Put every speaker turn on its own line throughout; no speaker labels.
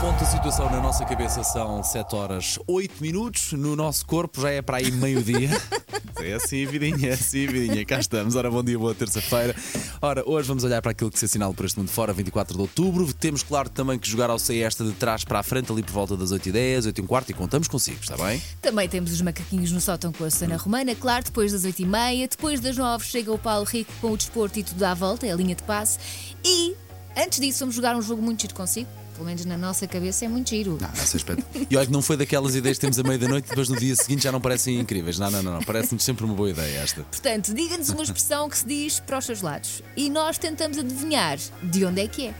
Ponto da situação na nossa cabeça são 7 horas 8 minutos, no nosso corpo já é para aí meio-dia. é assim, vidinha, é assim, vidinha. Cá estamos. Ora, bom dia, boa terça-feira. Ora, hoje vamos olhar para aquilo que se assinala por este mundo fora, 24 de outubro. Temos, claro, também que jogar ao Cesta de trás para a frente, ali por volta das 8h10, 8h15 e contamos consigo, está bem?
Também temos os macaquinhos no sótão com a Susana Romana, claro, depois das 8h30, depois das 9 chega o Paulo Rico com o desporto e tudo à volta, é a linha de passe. E antes disso vamos jogar um jogo muito giro consigo, pelo menos na nossa cabeça é muito giro.
Ah, nesse aspecto. E olha que não foi daquelas ideias que temos a meio da noite e depois no dia seguinte já não parecem incríveis. Não, não, não, não. Parece-nos sempre uma boa ideia esta.
Portanto, diga-nos uma expressão que se diz para os seus lados e nós tentamos adivinhar de onde é que é.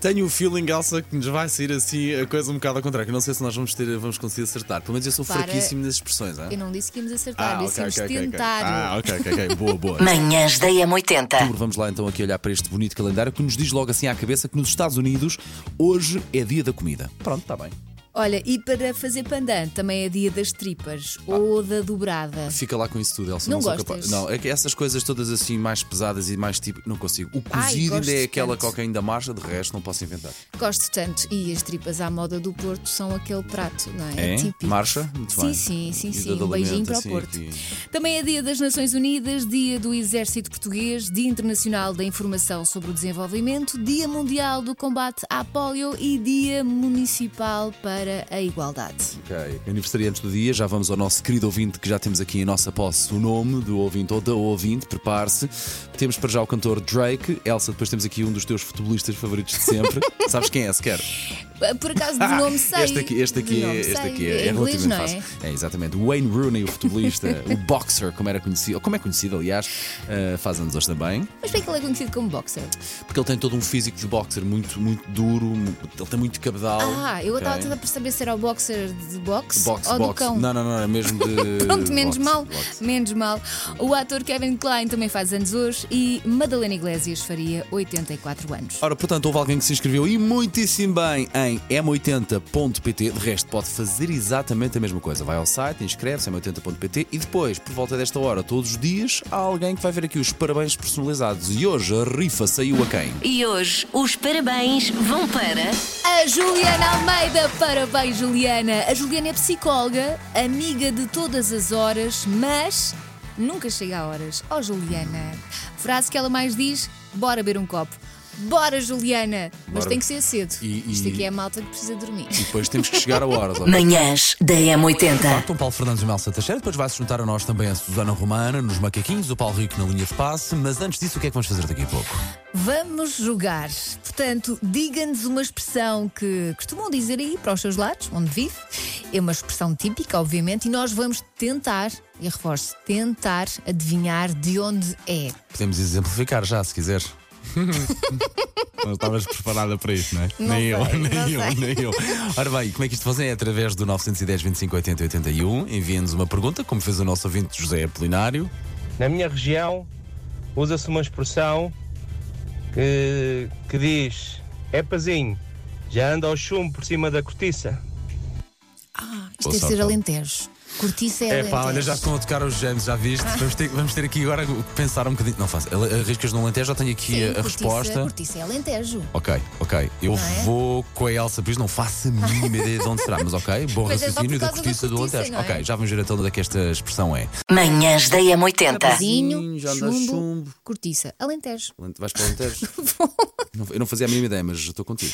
Tenho o feeling, Elsa, que nos vai sair assim a coisa um bocado ao contrário. que eu Não sei se nós vamos, ter, vamos conseguir acertar. Pelo menos eu sou
Para. é
fraquíssimo nas expressões, hã?
Eu não disse que íamos acertar,
Ah,
disse
ok,
que íamos
ok, ok, ok.
tentar.
Ah, ok, ok, ok. Boa, boa.
Manhãs da M80.
Outubro, Vamos lá então aqui olhar para este bonito calendário que nos diz logo assim à cabeça que nos Estados Unidos hoje é dia da comida. Pronto, está bem.
Olha, e para fazer pandan também é dia das tripas
Ah.
ou da dobrada.
Fica lá com isso tudo, Elsa.
Não
sou
gostas?
capaz. Não, é que essas coisas todas assim mais pesadas e mais tipo. Não consigo. O
Ai,
cozido
gosto
ainda é aquela
tanto.
coca ainda marcha, de resto não posso inventar.
Gosto tanto. E as tripas à moda do Porto são aquele prato, não é?
É?
Típico.
Marcha? Muito
sim,
bem.
sim, sim,
E
sim.
dou de
Um beijinho
alimento,
para o
assim,
Porto.
aqui.
Também é Dia das Nações Unidas, Dia do Exército Português, Dia Internacional da Informação sobre o Desenvolvimento, Dia Mundial do Combate à Polio e Dia Municipal para a Igualdade.
Ok. Aniversariantes do dia, já vamos ao nosso querido ouvinte que já temos aqui em nossa posse o nome do ouvinte ou da ouvinte, prepare-se. Temos para já o cantor Drake. Elsa, depois temos aqui um dos teus futebolistas favoritos de sempre. Sabes quem é, sequer?
Por acaso do nome sei.
Este aqui, este
de
aqui, é-
nome
este
sei.
aqui é, é
Em inglês,
relativamente
não
fácil.
é?
É, exatamente. Wayne Rooney, o futebolista, o boxer, como era conhecido, ou como é conhecido, aliás, eh, faz anos hoje também,
Mas bem que ele é conhecido como boxer.
porque ele tem todo um físico de boxer muito, muito duro, mu- ele tem muito cabedal.
Ah, eu
ok?
estava toda para saber se era o boxer de boxe
Boxe,
ou do
boxe.
cão.
Não, não, não, é mesmo de.
Pronto, menos
boxe,
mal,
boxe.
menos mal. O ator Kevin Klein também faz anos hoje e Madalena Iglesias faria 84 anos.
Ora, portanto, houve alguém que se inscreveu e muitíssimo bem em m80.pt. De resto, pode fazer exatamente a mesma coisa. Vai ao site, inscreve-se em m80.pt e depois, por volta desta hora, todos os dias, há alguém que vai ver aqui os parabéns personalizados. E hoje a rifa saiu a quem?
E hoje os parabéns vão para.
A Juliana Almeida, parabéns Juliana. A Juliana é psicóloga, amiga de todas as horas, mas nunca chega a horas. Oh Juliana. Frase que ela mais diz: bora beber um copo. Bora Juliana, mas
Bora.
tem que ser cedo.
E- e-
Isto aqui é a malta que precisa dormir.
E depois temos que chegar a horas. ok?
Manhãs da M80.
Tom um Paulo Fernandes e Melsa Teixeira, depois vai-se juntar a nós também a Susana Romana, nos Macaquinhos, o Paulo Rico na linha de passe, mas antes disso, o que é que vamos fazer daqui a pouco?
Vamos jogar. Portanto, diga-nos uma expressão que costumam dizer aí para os seus lados, onde vive. É uma expressão típica, obviamente, e nós vamos tentar, e reforço, tentar adivinhar de onde é.
Podemos exemplificar já, se quiseres. não estavas preparada para isso, não é?
Não
nem eu,
sei,
nem
não
eu,
sei.
nem eu. Ora bem, como é que isto fazem? É através do 910 25 80 81. Enviem-nos um. uma pergunta, como fez o nosso ouvinte José Apolinário.
Na minha região, usa-se uma expressão que, que diz: é pazinho, já anda ao chumbo por cima da cortiça.
Isto
Ah, Boa
deve
sorte,
ser
Paulo.
Alentejo. Cortiça é, Ah.
É pá, olha,
Alentejo.
já estão a tocar os gêmeos, já viste? Vamos ter, vamos ter aqui agora que pensar um bocadinho. Não faço, arriscas no Alentejo, já tenho aqui
Sim,
a, a
cortiça-
resposta.
Cortiça é Alentejo.
Ok, ok. Eu
Não é?
vou com a Elsa Pires, não faço a mínima ideia de onde será, mas ok, bom
Mas é só por
raciocínio da
causa da
cortiça do
cortiça,
Alentejo.
não é?
Ok, já vamos ver então onde é que esta expressão é.
Manhãs da M80.
Zinho,
já dá
chumbo,
chumbo.
cortiça, Alentejo.
Lente- Vais para o Alentejo? Não- Eu não fazia a mínima ideia, mas estou contigo.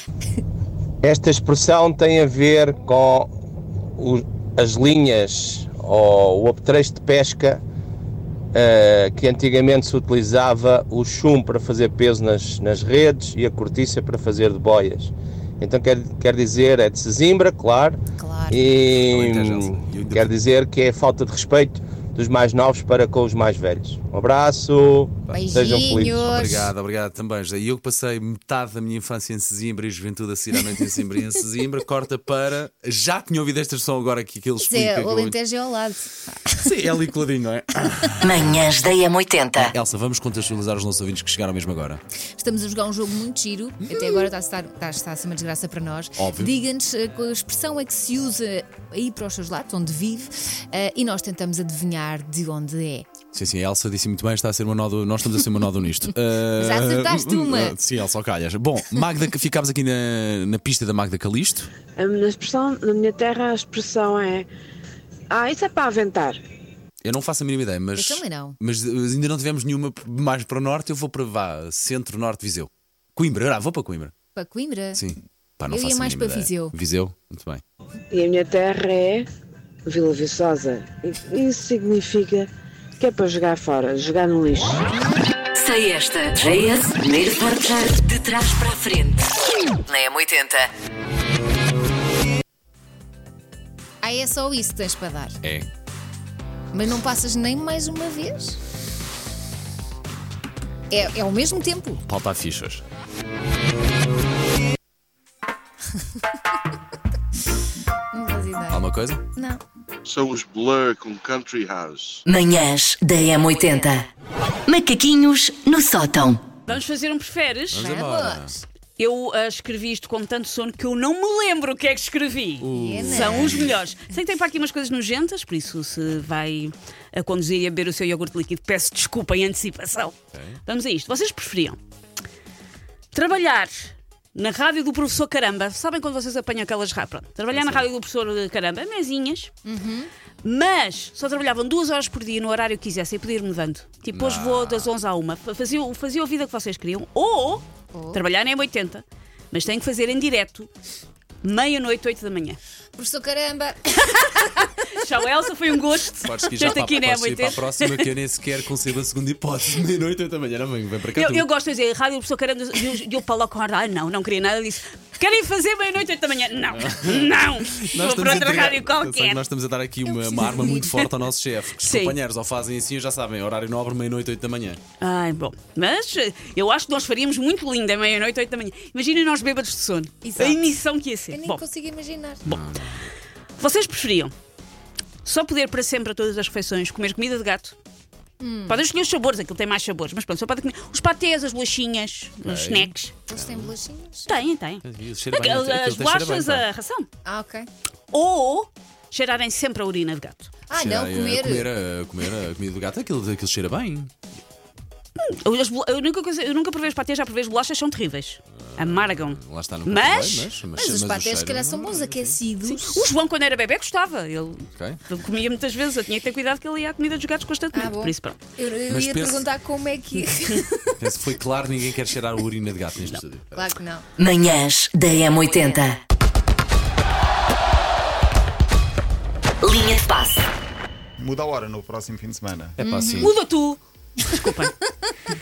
Esta expressão tem a ver com o- as linhas ou o apetrecho de pesca eh, que antigamente se utilizava o chumbo para fazer peso nas, nas redes e a cortiça para fazer de boias. Então quer, quer dizer, é de Sesimbra, claro,
Claro.
E
Alentejo, Elsa.
hum,
assim. E ainda-
quero dizer que é falta de respeito dos mais novos para com os mais velhos. Um abraço, sejam felizes.
Beijinhos.
Obrigado, obrigado também, José. E eu que passei metade da minha infância em Sesimbra e juventude a sair à noite em Sesimbra e em Sesimbra, corta para. Já tinha ouvido esta expressão agora aqui que ele
Mas é,
explica.
o
com-
Alentejo é ao lado.
Sim, é ali coladinho, não é?
Manhãs da M80.
Elsa, vamos contextualizar os nossos ouvintes que chegaram mesmo agora.
Estamos a jogar um jogo muito giro. Até agora está a, estar, está, está a ser uma desgraça para nós.
Óbvio.
Diga-nos eh, qual a expressão é que se usa aí para os seus lados, onde vive, eh, e nós tentamos adivinhar de onde é.
Sim, sim, a Elsa disse muito bem, está a ser uma nó do- nós estamos a ser uma nó do nisto.
já
Ah,
acertaste uma.
Sim, Elsa, ó calhas. Bom, Magda, que ficámos aqui na, na pista da Magda Calisto.
A minha expressão, na minha terra, a expressão é. Ah, isso é para aventar.
Eu não faço a mínima ideia, mas.
Eu também não.
Mas eh, ainda não tivemos nenhuma mais para o norte, eu vou para vá, centro, norte, Viseu. Coimbra, ah, vou para Coimbra.
Para Coimbra?
Sim. Pá, não
Eu ia
faço a
mais
mínima
para
ideia.
Viseu.
Viseu, muito bem.
E a minha terra é Vila Viçosa. Isso significa que é para jogar fora, jogar no lixo.
Sei esta. JS, primeiro portar de trás para a frente. Na M80.
Ah, é só isso que tens para dar.
É.
Mas não passas nem mais uma vez? É, é ao mesmo tempo.
Falta fichas.
Não faz ideia.
Alguma coisa?
Não.
São os Blur com Country House.
Manhãs da M80. Macaquinhos no sótão.
Vamos fazer um preferes?
É
Vamos embora.
Vamos.
Eu ah, escrevi isto com tanto sono que eu não me lembro o que é que escrevi.
Diana.
São os melhores. Sei que tem para aqui umas coisas nojentas, por isso se vai a conduzir e a beber o seu iogurte líquido, peço desculpa em antecipação. Vamos a isto. Vocês preferiam trabalhar na rádio do professor Caramba? Sabem quando vocês apanham aquelas rádios? Trabalhar na rádio do professor Caramba, mesinhas. Mas só trabalhavam duas horas por dia no horário que quisessem e podia ir mudando. Tipo, hoje vou das 11 à 1. Fazia, fazia a vida que vocês queriam. Ou trabalhar na M80, mas tem que fazer em direto, meia-noite, 8 da manhã.
Professor Caramba,
Tchau, Elsa, foi um gosto.
Podes seguir já
Ter-te
para,
aqui é na
podes ir para a
M80.
próxima, que eu nem sequer concebo a segunda hipótese. Meia-noite, oito da manhã, não venho, vem para cá.
Eu,
tu.
eu gosto de dizer, rádio, professor Caramba, e eu, e eu Paulo Corda, ah, não, não queria nada disso. Querem fazer meia-noite, 8 da manhã? Não, não.
Nós
Vou
estamos
para
a
outra
entregar- Atenção
rádio
que
qualquer.
Nós estamos a dar aqui uma,
preciso
uma arma
de ir.
muito forte ao nosso chefe. Que os
Sim.
companheiros ou fazem assim, já sabem, horário nobre, meia-noite, oito da manhã.
Ai, bom. Mas eh, eu acho que nós faríamos muito linda meia-noite, oito da manhã. Imaginem nós bêbados de sono.
Exato.
A emissão que ia ser.
eu nem
Bom,
consigo imaginar.
vocês preferiam só poder para sempre a todas as refeições comer comida de gato?
Hum.
Podem escolher os sabores, aquilo tem mais sabores, mas pronto, só podem comer os patês, as bolachinhas, os snacks.
Eles têm bolachinhas?
Tem, tem.
Aquilo cheira bem, aquilo
Aquelas- as
tem cheiro
bolachas,
bem, pá.
a ração.
Ah, ok.
Ou cheirarem sempre a urina de gato.
Ah,
Cheira
não,
aí a
comer.
é, comer. A, comer a comida do gato, aquilo, aquilo cheira bem.
As bol- Eu nunca, coisa- eu nunca provei os patês, já provei as bolachas, são terríveis.
Ah.
Amargam.
Lá está no
Mas-
mas,
Mas os
o
patés, se
cheiro- é
calhar, são bons aquecidos.
O João, quando era bebê, gostava. Ele
Ok.
comia muitas vezes. Eu tinha que ter cuidado que ele ia à comida dos gatos constantemente.
Ah, bom.
Por isso, pronto.
Eu, eu
Mas
ia
pensa-
perguntar como é que.
Se foi claro, ninguém quer cheirar a urina de gato neste estúdio.
claro que não.
Manhãs da M80. Linha de passe.
Muda a hora no próximo fim de semana.
Uhum.
É pá, assim.
Muda tu! Desculpem.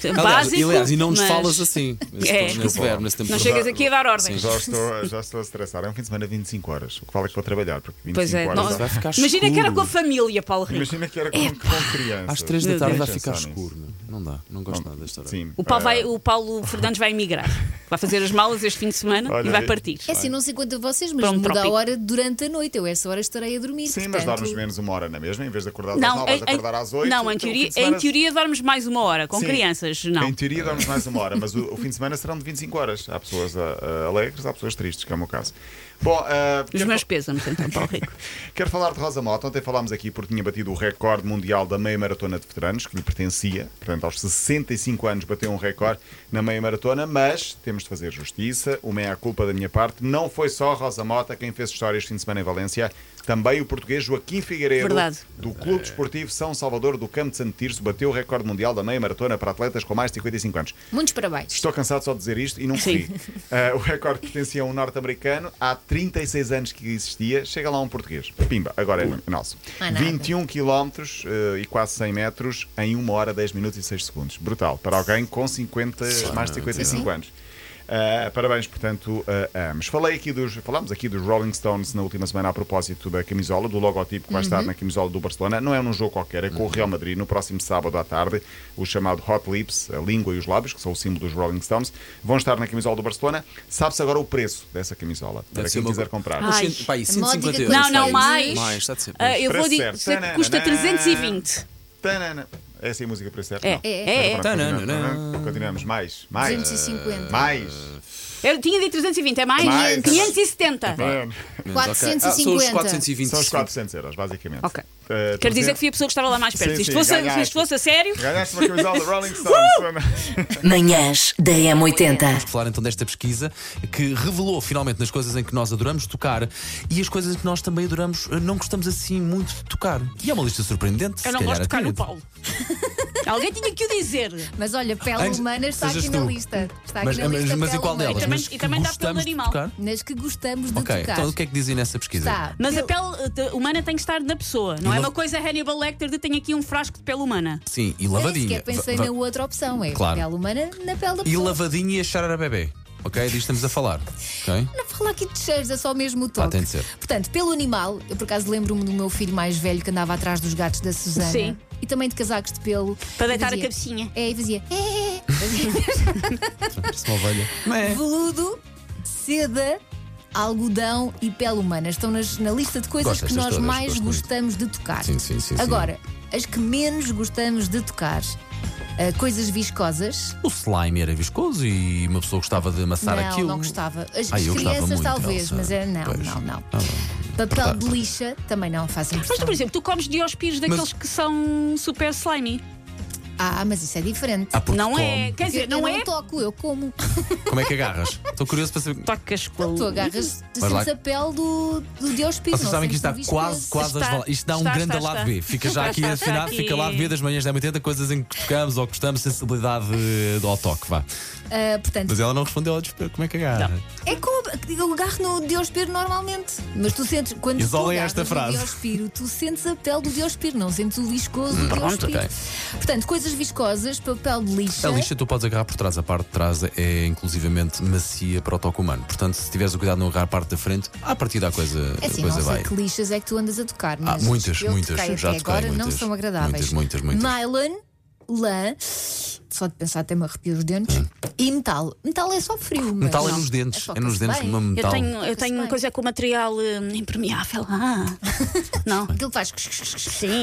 Aliás,
Básico,
e, aliás, e não nos
mas
falas assim. nesse-
É.
Nesse verbo, nesse tempo.
Não chegas aqui a dar ordens.
Já estou, já estou a estressar. É um fim de semana de 25 horas. O que vale é que vou trabalhar, porque 25
Pois é.
horas.
não-
vai ficar
Imagina que era
escuro.
com a família, Paulo Rico.
Imagina que era com, com crianças.
Às três da tarde vai
Pensar
ficar
nisso.
escuro. meu. Não dá, não gosto nada desta hora.
Sim.
O Paulo, vai-
Ah.
eh,
o Paulo Fernandes vai emigrar. Vai fazer as malas este fim de semana
Olha
e vai
aí.
partir.
É assim, não sei quanto a vocês, mas
Para um
muda a
trópico.
hora durante a noite. Eu essa hora estarei a dormir.
Sim, mas
portanto...
dormes menos uma hora na mesma, em vez de acordar às
Não,
9, vais acordar às então, 8.
não,
então,
em teoria, em teoria dormes mais uma hora com crianças. Não.
Em teoria dormes mais uma hora, mas o, o fim de semana serão de 25 horas. Há pessoas ah, ah, alegres, há pessoas tristes, que é o meu caso. Bom, ah,
Os
quero-
é
meus pésamos, então, Paulo Rico.
Quero falar de Rosa Mota. Ontem falámos aqui porque tinha batido o recorde mundial da meia maratona de veteranos, que lhe pertencia. Portanto, aos 65 anos bateu um recorde na meia maratona, mas temos de fazer justiça. Uma é a culpa da minha parte. Não foi só Rosa Mota quem fez história este fim de semana em Valência. Também o português Joaquim Figueiredo,
Verdade.
do Clube Desportivo São Salvador do Campo de Santo Tirso, bateu o recorde mundial da meia maratona para atletas com mais de 55 anos.
Muitos parabéns.
Estou cansado só de dizer isto e não corri. Ah, o recorde pertencia a um norte-americano, há 36 anos que existia, chega lá um português. Pimba, agora é nosso.
Não é nada.
21 km um eh, e quase 100 metros em 1 hora, 10 minutos e 6 segundos. Brutal, para alguém com 50, mais de 55 anos. Ah, parabéns, portanto, a ambos. Falei aqui dos, falámos aqui dos Rolling Stones na última semana a propósito da camisola, do logotipo que vai estar na camisola do Barcelona. Não é num jogo qualquer, é com o Real Madrid no próximo sábado à tarde. O chamado Hot Lips, a língua e os lábios, que são o símbolo dos Rolling Stones, vão estar na camisola do Barcelona. Sabe-se agora o preço dessa camisola, para quem
uma- Ah.
quiser comprar.
Uns
Ai. é
cento- pá, aí,
A módica
150 euros.
Não, não,
Sim.
mais.
É Mais, está de ser.
Ah, eu vou
Preço
dizer
certo.
dizer que custa 320.
Tanana. Essa é a música para ser.
É,
não.
é, é.
Agora continuamos,
Tanana.
é? Continuamos. Mais, mais.
250.
Mais.
Eu tinha de 320, é mais?
Mais. É
570.
Bem,
Menos, ok.
450.
Ah, são os 420.
São os 400 euros, basicamente.
Ok.
eh,
Quero
300
dizer que fui a pessoa que estava lá mais perto.
Sim,
se, isto
sim,
fosse,
ganhaste.
se isto fosse a sério,
Ganhaste uma camisola da Rolling Stones.
Manhãs da M80.
falar então desta pesquisa que revelou finalmente nas coisas em que nós adoramos tocar e as coisas em que nós também adoramos eh, não gostamos assim muito de tocar. E é uma lista surpreendente. se
eu não
calhar
gosto de tocar no
atende.
Paulo. Alguém tinha que o dizer.
Mas olha, pele
Antes-
humana está
sejas
aqui na
tu.
lista. Está aqui
Mas,
na
mas,
lista. é
mas em
pele
qual
humana.
delas?
também-
Mas
e também
que
dá pelo
gostamos de
animal.
tocar?
Nas que gostamos de
Ok,
tocar. Tá.
então o que é que dizem nessa pesquisa?
Está.
Mas a
pelo-
pele eh, de- humana tem que estar na pessoa. Não é uma coisa Hannibal Lecter de tenho aqui um frasco de pele humana.
Sim, e
É isso que
lavadinha.
eu pensei
Va- va-
na outra opção, é
Claro.
pele humana na pele da
E
pessoa.
lavadinha e a cheirar a bebê. Ok? Disto estamos a falar. Ok?
Não vou falar aqui de cheiros, é só mesmo o toque.
Ah, tem de ser.
Portanto, pelo animal, eu por acaso lembro-me do meu filho mais velho que andava atrás dos gatos da Susana.
Sim.
E também de casacos de pelo.
Para
E
deitar a
fazia-
cabecinha.
É, e fazia.
Parece uma ovelha. é?
Veludo, seda, algodão e pele humana. Estão nas- na lista de coisas
Gosto
que
destas
nós
todas,
mais
gosto muito.
gostamos de tocar.
Sim, sim, sim, sim.
Agora, as que menos gostamos de tocar. ah, coisas viscosas.
O slime era viscoso e uma pessoa gostava de amassar
não,
aquilo.
não gostava. As,
Ah,
as
eu gostava
crianças
muito,
talvez,
Elsa.
mas é, não,
Pois.
não, não.
Ah,
Papel de lixa também não faz
Mas,
impressão.
por exemplo, tu comes diospires daqueles que são super slimy.
Ah, mas isso é diferente.
Ah, porque
não é.
come.
Quer dizer,
eu, eu
não é.
não toco, eu como.
Como é que agarras? Estou curioso para saber.
Tocas com a
Tu agarras, tu
Mas lá-
sentes a pele do, do Diospiro.
Vocês
não
sabem que isto
sentes
está
do
quase,
viscoso.
quase a
Está,
esvalar. Isto dá um
está,
grande
está,
lado
está.
B. Fica já aqui
Está, está,
afinado,
está
fica lado
aqui.
B das manhãs da 80, coisas em que tocamos ou gostamos, sensibilidade eh, ao toque, vá.
Ah, portanto,
Mas ela não respondeu ao desespero. Como é que agarra?
é como eu agarro no Diospiro normalmente. Mas tu sentes, quando tu
Isolem
agarras
esta
no
frase.
Diospiro, tu sentes a pele do Diospiro, não sentes o viscoso do
Pronto,
Diospiro.
ok.
Portanto, coisas viscosas, papel de lixa.
A lixa tu podes agarrar por trás, a parte de trás é inclusivamente macia para o toque humano. Portanto, se tiveres o cuidado de não agarrar a parte da frente, a partir da coisa,
É assim,
a coisa
não sei
vai.
que lixas é que tu andas a tocar,
Ah,
mas
muitas,
eu
muitas,
toquei
já
até
toquei
agora não
muitas.
são agradáveis.
Muitas, muitas, muitas.
Nylon, lã, só de pensar até me arrepio os dentes, e metal. Metal é só frio, mas
Hum. Metal é
não,
nos dentes,
só
é nos
que se
dentes,
bem.
uma
Eu
metal.
tenho, eu tenho
bem.
coisa com material hum, impermeável. Ah. Não.
Aquilo que faz.
Sim.